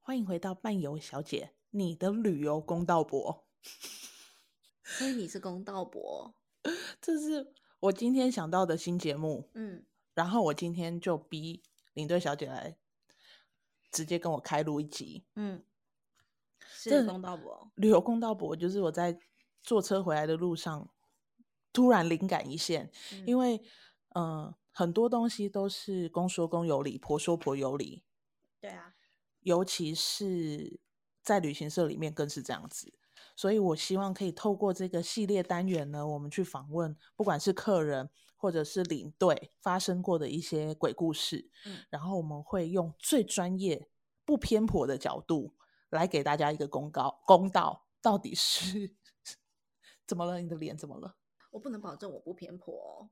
欢迎回到伴游小姐，你的旅游公道博。所以你是公道博，这是我今天想到的新节目，嗯，然后我今天就逼领队小姐来直接跟我开录一集嗯，这是公道博，旅游公道博，就是我在坐车回来的路上突然灵感一现，因为为呃很多东西都是公说公有理，婆说婆有理，对啊，尤其是在旅行社里面更是这样子。所以我希望可以透过这个系列单元呢，我们去访问不管是客人或者是领队发生过的一些鬼故事，嗯然后我们会用最专业、不偏颇的角度来给大家一个公告公道，到底是 怎么了？你的脸怎么了？我不能保证我不偏颇、哦。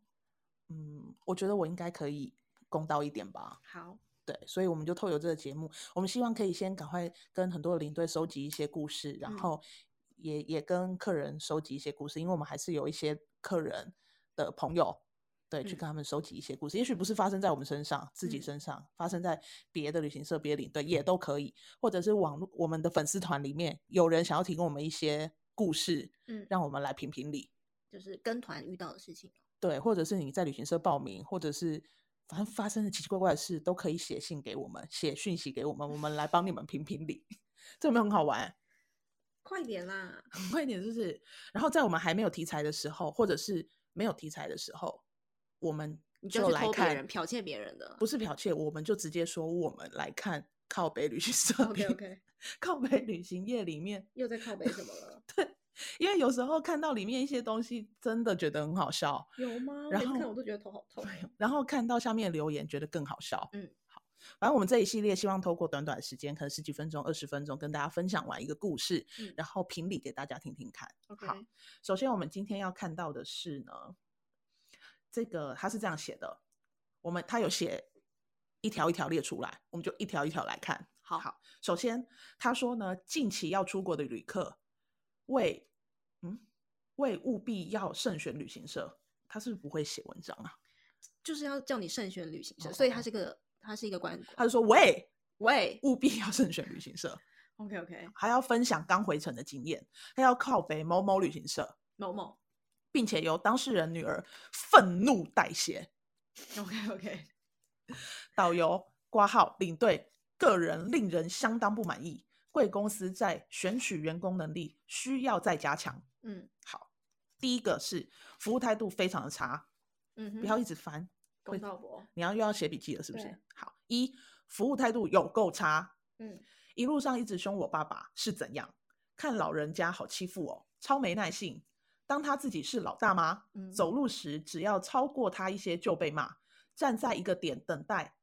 嗯，我觉得我应该可以公道一点吧。好，对，所以我们就透有这个节目，我们希望可以先赶快跟很多的领队收集一些故事，然嗯后也也跟客人收集一些故事，因为我们还是有一些客人的朋友，对，去嗯跟他们收集一些故事，也许不是发生在我们身上，自己嗯身上，发生在别的旅行社、别的领队也都可以，或者是网络我们的粉丝团里面有人想要提供我们一些故事，嗯，让我们来评评理，就是跟团遇到的事情哦，对，或者是你在旅行社报名，或者是反正发生的奇奇怪怪的事，都可以写信给我们，写讯息给我们，我们来帮你们评评理， 这有没有很好玩？ 快点啦，很快一点，就是然后在我们还没有题材的时候，或者是没有题材的时候，我们你就就去来偷别人，看，剽窃别人的，不是剽窃，我们就直接说我们来看靠北旅行社 OK 里 OK，靠北旅行业里面又在靠北什么 了？因为有时候看到里面一些东西，真的觉得很好笑，有吗？我然每次看后我都觉得头好 痛。然后看到下面留言，觉得更好笑。嗯，好，反正我们这一系列希望透过短短时间，可能十几分钟、二十分钟，跟大家分享完一个故事，嗯然后评理给大家听听看。 OK，好首先，我们今天要看到的是呢，这个他是这样写的，我们他有写一条一条列出来，我们就一条一条来看。好好，首先他说呢，近期要出国的旅客为嗯为务必要慎选旅行社，他是不是不会写文章啊？就是要叫你慎选旅行社，哦所以哦它哦是个它是一个关他就说喂， 喂务必要慎选旅行社， ，OK OK，还要分享刚回程的经验，还要靠北某某旅行社，某某并且由当事人女儿愤怒代写， OK OK，导游挂号领队个人令人相当不满意，贵公司在选取员工能力需要再加强。嗯好，第一个是服务态度非常的差，嗯哼，不要一直翻，公道博，你要又要写笔记了，是不对是？好，一服务态度有够差，嗯，一路上一直凶我爸爸是怎样？看老人家好欺负哦，超没耐性。当他自己是老大妈，嗯走路时只要超过他一些就被骂。站在一个点等待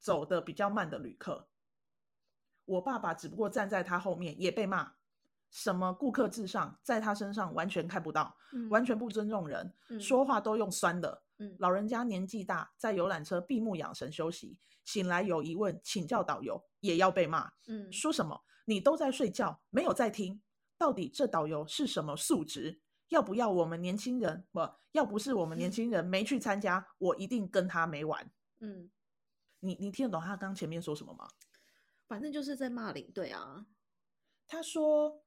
走的比较慢的旅客，我爸爸只不过站在他后面也被骂。什么顾客至上，在他身上完全看不到，嗯完全不尊重人，嗯说话都用酸的。嗯老人家年纪大，在游览车闭目养神休息，醒来有疑问请教导游，也要被骂。嗯说什么你都在睡觉，没有在听，到底这导游是什么素质？要不要我们年轻人？不，要不是我们年轻人没去参加，我一定跟他没完。嗯，你你听得懂他刚前面说什么吗？反正就是在骂领队啊，他说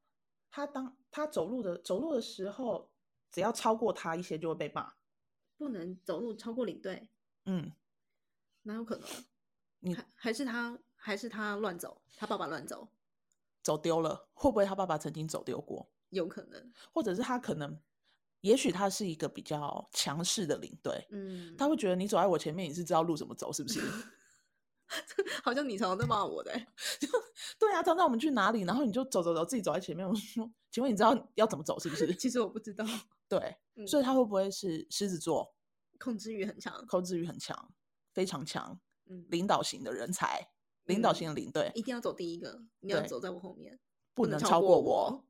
他当他走路的走路的时候，只要超过他一些就会被骂。不能走路超过领队，嗯，哪有可能？你还还是他还是他乱走，他爸爸乱走，走丢了，会不会他爸爸曾经走丢过？有可能，或者是他可能，也许他是一个比较强势的领队，嗯，他会觉得你走在我前面，你是知道路怎么走，是不是？好像你常常在骂我的欸、对啊，常常我们去哪里，然后你就走走走，自己走在前面。我 说，请问你知道要怎么走是 不是？其实我不知道，对，嗯所以他会不会是狮子座，控制欲很强，控制欲很强，非常强，嗯，领导型的人才，领导型的领队，一定要走第一个，你要对走在我后面，不能能超超过我，我。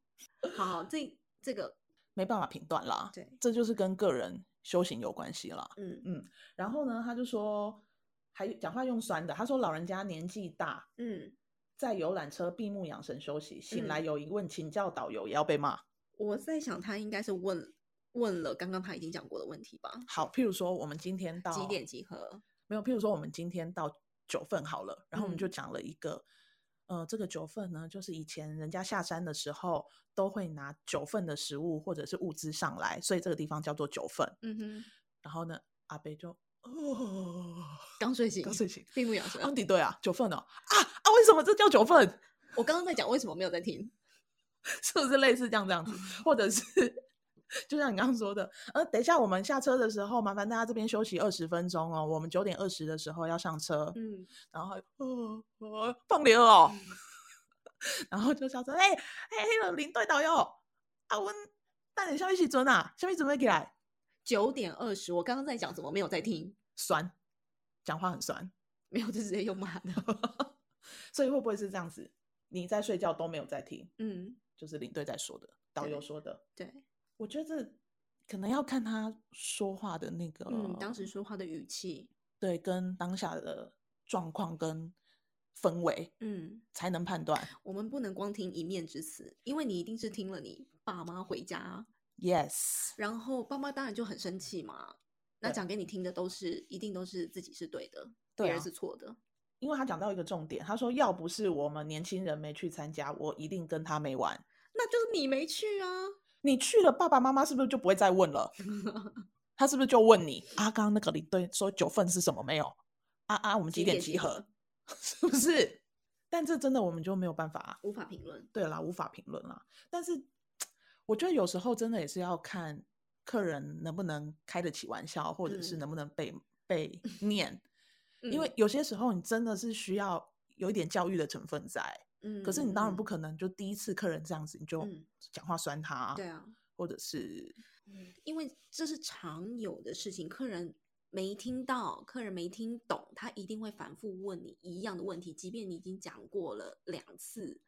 好，这这个，没办法评断啦。对这就是跟个人修行有关系啦。嗯然后呢，他就说，还讲话用酸的，他说老人家年纪大，嗯，在游览车闭目养神休息，醒来嗯有疑问请教导游，也要被骂。我在想他应该是问问了刚刚他已经讲过的问题吧，好，譬如说我们今天到几点集合？没有，譬如说我们今天到九份好了，然后我们就讲了一个、呃，这个九份呢，就是以前人家下山的时候都会拿九份的食物或者是物资上来，所以这个地方叫做九份。嗯哼，然后呢，阿北就哦，刚睡醒，刚睡醒，闭目养神。安迪对啊，九份哦，啊啊，为什么这叫九份？ 我刚刚在讲为什么没有在听，是不是类似这样这样子，或者是 就像你刚刚说的，呃，等一下我们下车的时候，麻烦大家这边休息二十分钟哦，我们九点二十的时候要上车，嗯，然后呃呃放牛哦， 然后就笑说，哎、欸、哎，那个林队导游，啊，阮等一下一起准啊，下面准备起来， 九点二十，我刚刚在讲怎么没有在听，酸，讲话很酸， 没有就直接用骂的，所以会不会是这样子？你在睡觉都没有在听，嗯，就是领队在说的，导游对说的。对，我觉得可能要看他说话的那个，嗯，当时说话的语气，对跟当下的状况跟氛围嗯，才能判断。我们不能光听一面之词，因为你一定是听了你爸妈回家， Yes，然后爸妈当然就很生气嘛。那对讲给你听的都是一定都是自己是对的，对别啊人是错的。因为他讲到一个重点，他说要不是我们年轻人没去参加，我一定跟他没完。那就是你没去啊，你去了，爸爸妈妈是不是就不会再问 了？他是不是就问你啊？刚刚那个领队说九份是什么没有？啊啊，我们几几点点集集合 合？是不是？但这真的我们就没有办法、啊。无法评论。对啦，无法评论啦。但是我觉得有时候真的也是要看客人能不能开得起玩笑，或者是嗯能不能被、被念，因为 嗯，有些时候你真的是需要有一点教育的成分在。嗯可是你当然嗯不可能就第一次客人这样子你就嗯讲话酸他，对啊，或者是因为这是常有的事情，客人没听到，客人没听懂，他一定会反复问你一样的问题，即便你已经讲过了两次，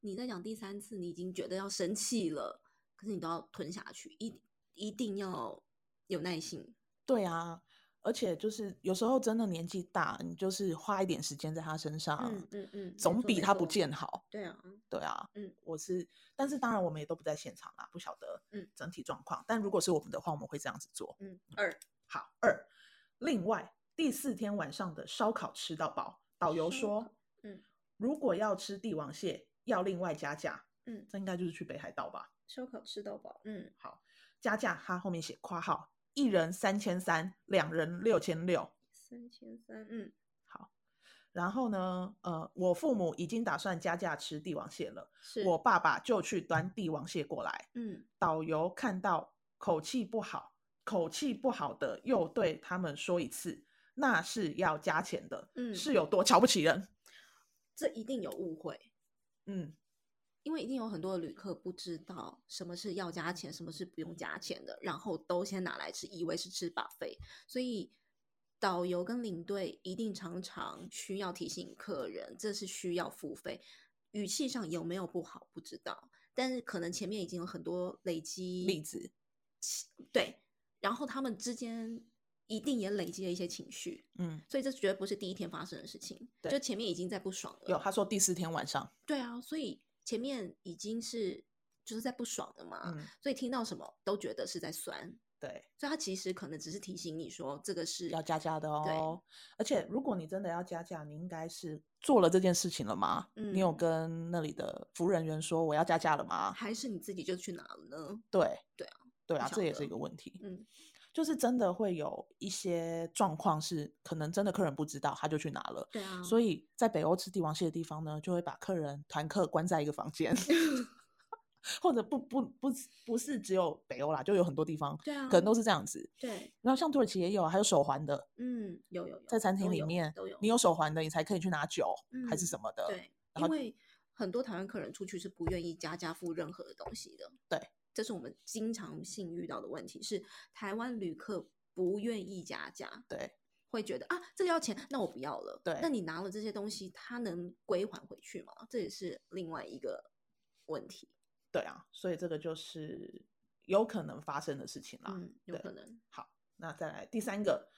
你再讲第三次，你已经觉得要生气了，可是你都要吞下去，一一定要有耐心。对啊。而且就是有时候真的年纪大，你就是花一点时间在他身上，嗯嗯嗯，没啊总错比没他不错见好。对啊，对啊，嗯，我是，但是当然我们也都不在现场啦，不晓得，嗯，整体状况。但如果是我们的话，我们会这样子做。嗯，二好，二，另外第四天晚上的烧烤吃到饱，导游烧说烤，嗯，如果要吃帝王蟹，要另外加价。嗯，这应该就是去北海道吧？烧烤吃到饱，嗯，加价，他后面写括号，一人三千三，两人六千六。三千三，嗯然后呢，呃，我父母已经打算加价吃帝王蟹了，是我爸爸就去端帝王蟹过来。嗯导游看到口气不好，口气不好的又对他们说一次，那是要加钱的，嗯，是有多瞧不起人？这一定有误会。嗯，因为一定有很多的旅客不知道什么是要加钱，什么是不用加钱的，然后都先拿来吃，以为是吃 buffet，所以导游跟领队一定常常需要提醒客人，这是需要付费。语气上有没有不好不知道，但是可能前面已经有很多累积例子，对，然后他们之间一定也累积了一些情绪，嗯，所以这绝对不是第一天发生的事情，对就前面已经在不爽了。有他说第四天晚上，对啊，所以前面已经是就是在不爽了嘛，嗯，所以听到什么都觉得是在酸，对，所以他其实可能只是提醒你说这个是要加价的哦。而且如果你真的要加价，你应该是做了这件事情了吗？你有嗯跟那里的服务人员说我要加价了吗？还是你自己就去拿了呢？对，对啊，对不啊，晓这也是得一个问题。嗯，就是真的会有一些状况是，可能真的客人不知道，他就去拿了。对啊，所以以在北欧吃帝王蟹的地方呢，就会把客人团客关在一个房间， 或者不不不是不是只有北欧啦，就有很多地方对啊，可能都是这样子。对，然后像土耳其也有啊，还有手环的，嗯，有有有，在餐都厅里有面都有，你有手环的，你才可以去拿酒、还是嗯什么的。对，然因后为很多台湾客人出去是不愿意加价付任何的东西的，对，这是我们经常性遇到的问题，是台湾旅客不愿意加价，对会觉得啊，这个要钱，那我不要了。对那你拿了这些东西，他能归还回去吗？这也是另外一个问题。对啊，所以这个就是有可能发生的事情啦。嗯，有对可能。好，那再来第三个，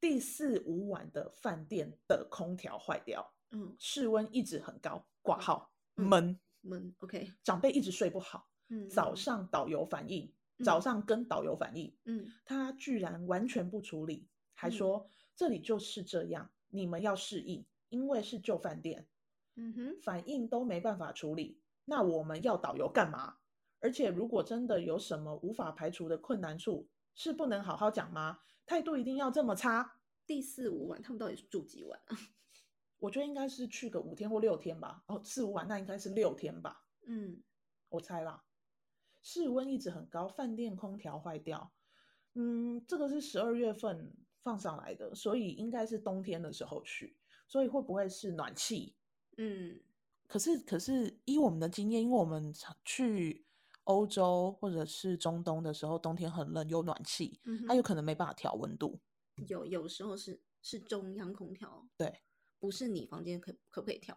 第四五晚的饭店的空调坏掉，嗯，室温一直很高，挂嗯号嗯闷。闷。OK。 长辈一直睡不好，嗯，早嗯，上导游反映，早嗯上跟导游反映，嗯，他居然完全不处理，还嗯说、这里就是这样，你们要适应，因为是旧饭店。嗯哼，反应都没办法处理，那我们要导游干嘛？而且如果真的有什么无法排除的困难处，是不能好好讲吗？态度一定要这么差？第四五晚他们到底是住几晚啊？我觉得应该是去个五天或六天吧。哦，四五晚那应该是六天吧，嗯，我猜啦。室温一直很高，饭店空调坏掉。嗯，这个是十二月份放上来的，所以应该是冬天的时候去。所以会不会是暖气？嗯，可是，可是依我们的经验，因为我们常去欧洲或者是中东的时候，冬天很冷，有暖气，嗯它有哼可能没办法调温度。有有时候是是中央空调，对，不是你房间可可不可以调？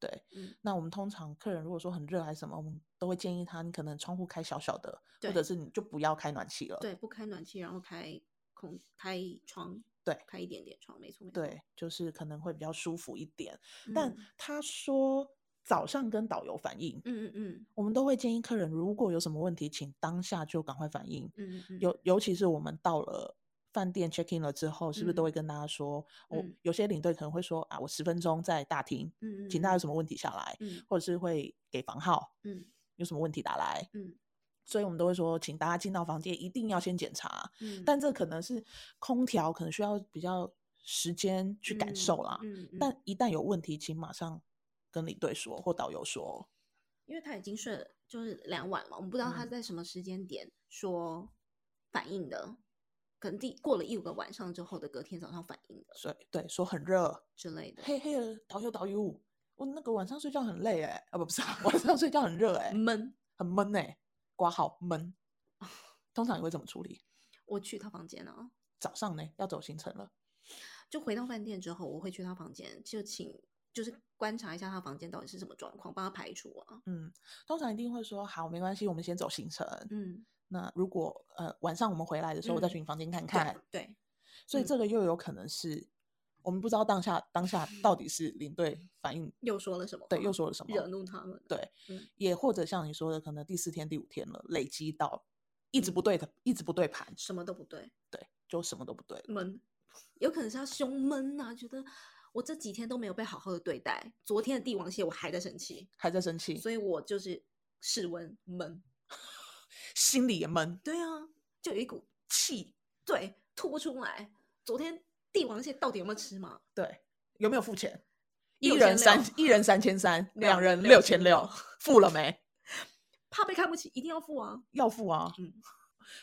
对，嗯，那我们通常客人如果说很热还是什么，我们都会建议他，你可能窗户开小小的，或者对是你就不要开暖气了。对，不开暖气，然后开空开窗，对开一点点窗，没错没错。对，就是可能会比较舒服一点。嗯，但他说早上跟导游反映，嗯嗯嗯我们都会建议客人如果有什么问题，请当下就赶快反应。嗯嗯嗯，尤尤其是我们到了饭店 check in 了之后，是不是都嗯会跟大家说？我、嗯有些领队可能会说啊，我十分钟在大厅，嗯嗯，请大家有什么问题下来，嗯或者是会给房号，嗯有什么问题打来。嗯所以我们都会说，请大家进到房间一定要先检查， 嗯，但这可能是空调可能需要比较时间去感嗯受啦。嗯嗯，但一旦有问题，请马上跟领队说或导游说。因为他已经睡了就是两晚嘛，我们不知道他嗯在什么时间点说反应的，可能第过了一个晚上之后的隔天早上反应的所以对，说很热，之类的。嘿嘿的，导游导游，我那个晚上睡觉很累哎、啊不不 是啊，晚上睡觉很热哎、闷，很闷哎、挂号闷。通常你会怎么处理？我去他房间啊，早上呢要走行程了，就回到饭店之后，我会去他房间，就请就是观察一下他房间到底是什么状况，帮他排除啊。嗯，通常一定会说好，没关系，我们先走行程。嗯，那如果呃晚上我们回来的时候，我再嗯去你房间看看。对，所以嗯这个又有可能是我们不知道当下当下到底是领队反应又说了什么话？对又说了什么，惹怒他们了。对，嗯也或者像你说的，可能第四天、第五天了，累积到一直嗯不对的，一直不对盘，什么都不对，对，就什么都不对了。闷，有可能是他胸闷啊，觉得我这几天都没有被好好的对待，昨天的帝王蟹我还在生气，还在生气，所以我就是室温闷。心里也闷，对啊，就有一股气对吐不出来。昨天帝王蟹到底有没有吃嘛？对，有没有付钱？一六人千三六，一人三千三，两两人人六六千千六六，付了没？怕被看不起，一定要付啊。 要付啊，嗯，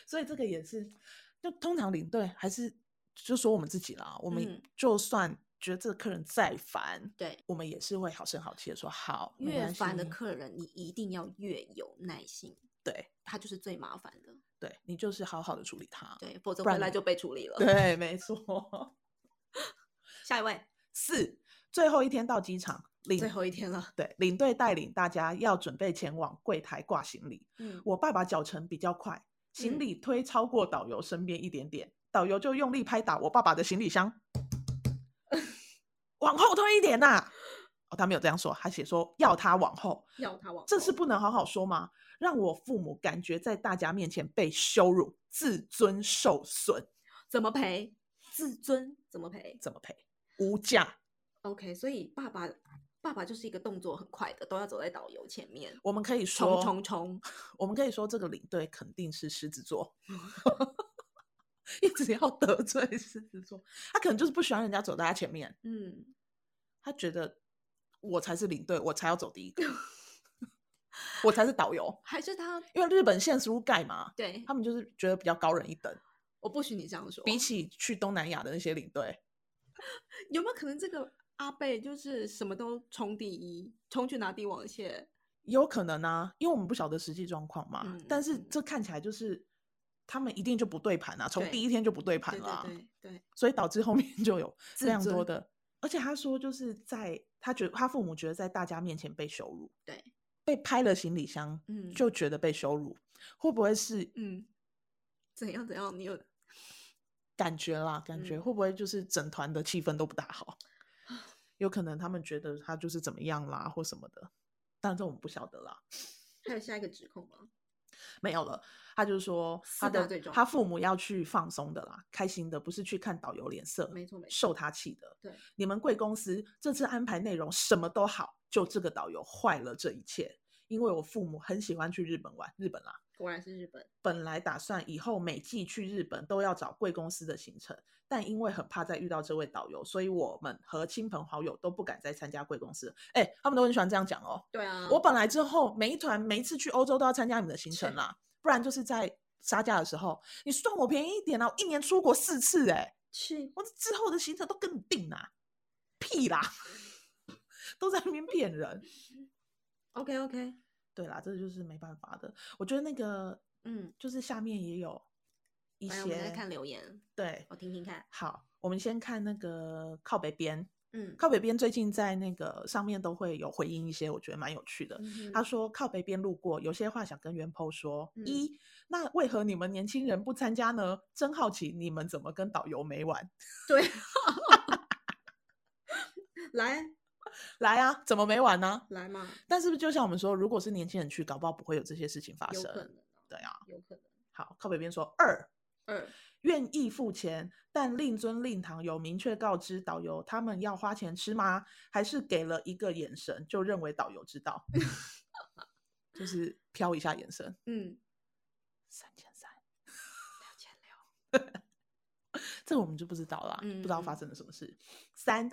所以这个也是，就通常领队还是就说我们自己啦，我们嗯就算觉得这个客人再烦，对，我们也是会好声好气的说好，没越关烦的系客人，你一定要越有耐心，对他就是最麻烦的。对，你就是好好的处理他，对，否则不回然来你就被处理了。，对，没错。下一位，四，最后一天到机场，领最后一天了。对领队带领大家要准备前往柜台挂行李。嗯，我爸爸脚程比较快，行嗯李推超过导游身边一点点，导游就用力拍打我爸爸的行李箱，往后推一点呐、哦，他没有这样说，他写说要他往后，要他往这是后不能好好说吗？让我父母感觉在大家面前被羞辱，自尊受损，怎么赔？自尊怎么赔怎么赔？无价。 ？OK，所以爸爸爸爸就是一个动作很快的，都要走在导游前面，我们可以冲说，冲冲。我们可以说这个领队肯定是狮子座， 一直要得罪狮子座，他可能就是不喜欢人家走在他前面，嗯，他觉得我才是领队，我才要走第一个， 我才是导游，还是他因为日本现实屋盖嘛，对他们就是觉得比较高人一等，我不许你这样说。比起去东南亚的那些领队，有没有可能这个阿贝就是什么都冲第一，冲去拿帝王蟹？也有可能啊，因为我们不晓得实际状况嘛，但是嗯嗯这看起来就是。他们一定就不对盘啊，从对第一天就不对盘对了啊、对对对，所以导致后面就有 自非常多尊的。而且他说，就是在他觉得他父母觉得在大家面前被羞辱，对，被拍了行李箱，嗯就觉得被羞辱，会不会是嗯，怎样怎样？你有感觉啦？感觉嗯啊会不会就是整团的气氛都不大好？有可能他们觉得他就是怎么样啦，或什么的，但这我们不晓得啦。还有下一个指控吗？没有了。他就是说四他大的罪状他父母要去放松的啦，开心的，不是去看导游脸色，没错没错受他气的。对，你们贵公司这次安排内容什么都好，就这个导游坏了这一切。因为我父母很喜欢去日本玩，日本啦，果然是日本，本来打算以后每季去日本都要找贵公司的行程，但因为很怕再遇到这位导游，所以我们和亲朋好友都不敢再参加贵公司了。哎，他们都很喜欢这样讲哦。对啊，我本来之后每一团每一次去欧洲都要参加你们的行程是啦，不然就是在杀价的时候，你算我便宜一点啊！我一年出国四次、哎，去我之后的行程都跟你定啦，屁 啦，都在那边骗人。 OK OK，对啦，这就是没办法的。我觉得那个嗯，就是下面也有一哎来我们来些看留言，对，我听听看，好，我们先看那个靠北边，嗯，靠北边最近在那个上面都会有回应一些，我觉得蛮有趣的。嗯他哼说靠北边路过，有些话想跟袁鹏说：嗯一，那为何你们年轻人不参加呢？真好奇你们怎么跟导游没完？对，来来啊，怎么没完呢？来嘛，但是不是就像我们说，如果是年轻人去，搞不好不会有这些事情发有生可。能，对啊，有可能。好，靠北边说二，二，愿意付钱，但令尊令堂有明确告知导游他们要花钱吃吗？还是给了一个眼神就认为导游知道， 就是飘一下眼神，嗯，三千三，两千六，这我们就不知道啦，不知道发嗯生了什么事。三，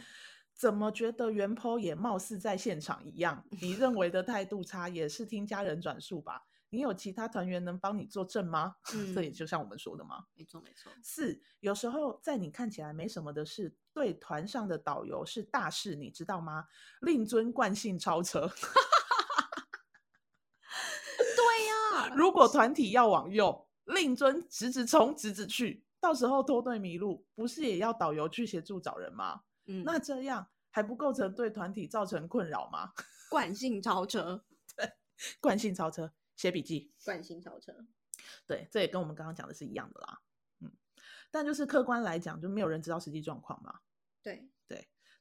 怎么觉得袁坡也貌似在现场一样？你认为的态度差也是听家人转述吧？你有其他团员能帮你作证吗？ 这也嗯就像我们说的嘛，没错没错，四，有时候在你看起来没什么的事，对团上的导游是大事，你知道吗？令尊惯性超车，对 呀、如果团体要往右，令尊直直冲，直直去，到时候脱队迷路，不是也要导游去协助找人吗？嗯，那这样还不构成对团体造成困扰吗？ 惯性超车，惯性超车，写笔记。惯性超车，对，这也跟我们刚刚讲的是一样的啦。嗯，但就是客观来讲，就没有人知道实际状况嘛。对，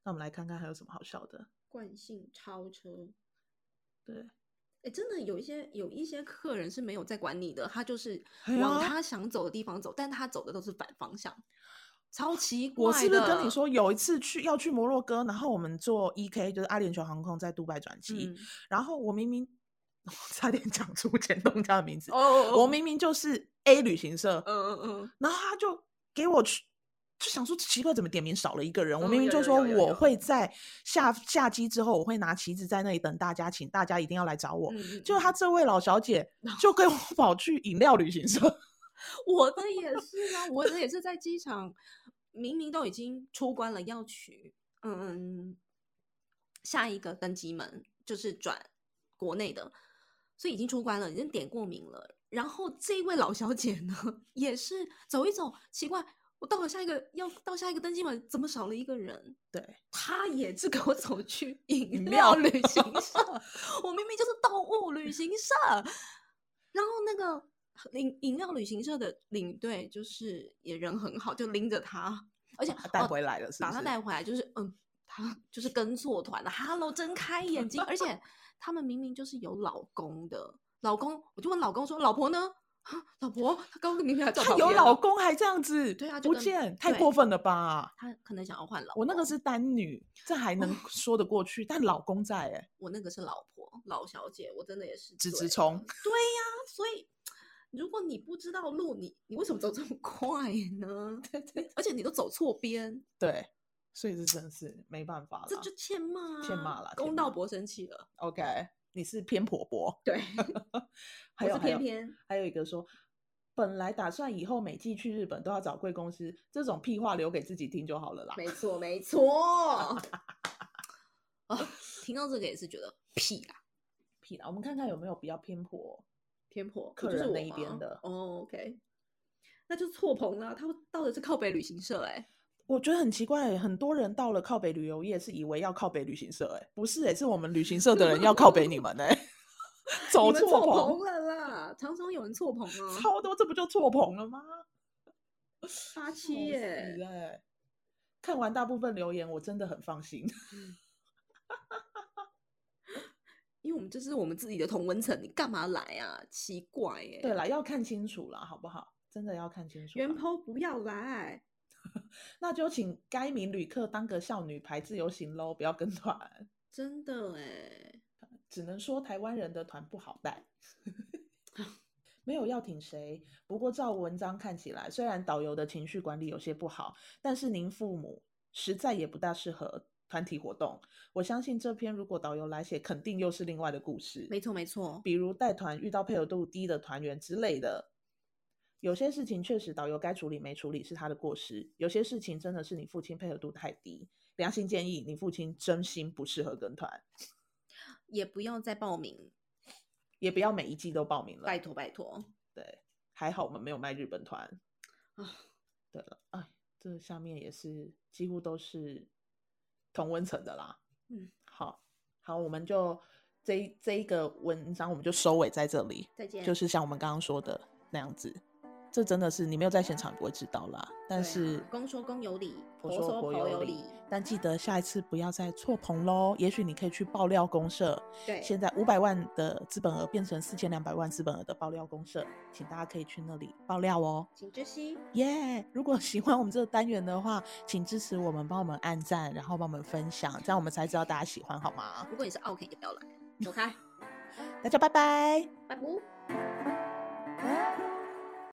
那我们来看看还有什么好笑的。惯性超车。对，哎，真的有一些有一些客人是没有在管你的，他就是哎往呀他想走的地方走，但他走的都是反方向，超奇怪我是不是跟的嗯你说，有一次去要去摩洛哥，然后我们坐 EK，就是阿联酋航空在杜拜转机，嗯然后我明明差点讲出前东家的名字，哦哦，我哦明明就是 A 旅行社，嗯嗯嗯，然后他就给我去，就想说奇怪，怎么点名少了一个人？我嗯明明有就有说有有我有会在下下机之后，我会拿旗子在那里等大家，请大家一定要来找我。嗯嗯结果嗯哦他这位老小姐就跟我跑去饮料旅行社，我的也是啊，我的也是在机场，明明都已经出关了，要去嗯下一个登机门就是转国内的，所以已经出关了，已经点过名了。然后这一位老小姐呢， 也是走一走，奇怪，我到了下一个要到下一个登机门，怎么少了一个人？对，她也是给我走去饮饮料料旅行 社，我明明就是动物旅行社。然后那个领饮料旅行社的领队就是也人很好，就拎着他，而且带哦回来了，是把不他是？带回来，就是嗯，他就是跟错团了。Hello，睁开眼睛，而且他们明明就是有老公的，老公，我就问老公说，老婆呢？啊老婆，他刚刚明明还在我她旁有边老呢，公还这样子，对啊就不跟见太对过分了吧？他可能想要换老我那个公哦是单女，这还能说得过去，但老公在哎、我那个是老婆，老小姐，我真的也是直醉直了冲。对呀、所以如果你不知道路，你你为什么走这么快呢？ 对对，而且你都走错边，对，所以这真的是没办法了。这就欠骂、啊，欠骂啦公欠道骂伯生气了， OK，你是偏婆婆， 对，还有还我是有偏偏还有一个说，本来打算以后每季去日本都要找贵公司，这种屁话留给自己听就好了啦。没错没错。 啊，听到这个也是觉得屁啦，屁啦，我们看看有没有比较偏颇。偏颇，客不就是人我那一边吗的哦，OK，那就错棚了。他们到的是靠北旅行社、欸，哎，我觉得很奇怪欸，很多人到了靠北旅游业是以为要靠北旅行社、欸，哎，不是、欸，哎，是我们旅行社的人要靠北你们、欸， 哎，走你们错棚，了啦，常常有人错棚啊，超多，这不就错棚了吗？ 八气七耶、哎！看完大部分留言，我真的很放心。因为我们这是我们自己的同温层，你干嘛来啊？奇怪 耶、对啦，要看清楚啦，好不好？真的要看清楚啦。袁抛不要来，那就请该名旅客当个少女牌自由行喽，不要跟团。真的哎、只能说台湾人的团不好带。没有要挺谁，不过照文章看起来，虽然导游的情绪管理有些不好，但是您父母实在也不大适合团体活动。我相信这篇如果导游来写，肯定又是另外的故事。没错没错，比如带团遇到配合度低的团员之类的。有些事情确实导游该处理没处理是他的过失，有些事情真的是你父亲配合度太低。良心建议，你父亲真心不适合跟团，也不要再报名，也不要每一季都报名了。拜托拜托。对，还好我们没有卖日本团。啊，对了，哎，这下面也是几乎都是同温层的啦。嗯，好，好，我们就这一这一个文章我们就收尾在这里。再见。就是像我们刚刚说的那样子，这真的是你没有在现场也不会知道啦。但对啊啊是、公说公有理，婆婆说说婆婆有有理理。但记得下一次不要再错棚喽。也许你可以去爆料公社，对，现在五百万的资本额变成四千两百万资本额的爆料公社，请大家可以去那里爆料哦。请知悉，耶如果喜欢我们这个单元的话，请支持我们，帮我们按赞，然后帮我们分享，这样我们才知道大家喜欢，好吗？如果你是 OK 也不要来，走开，大家拜拜。拜拜。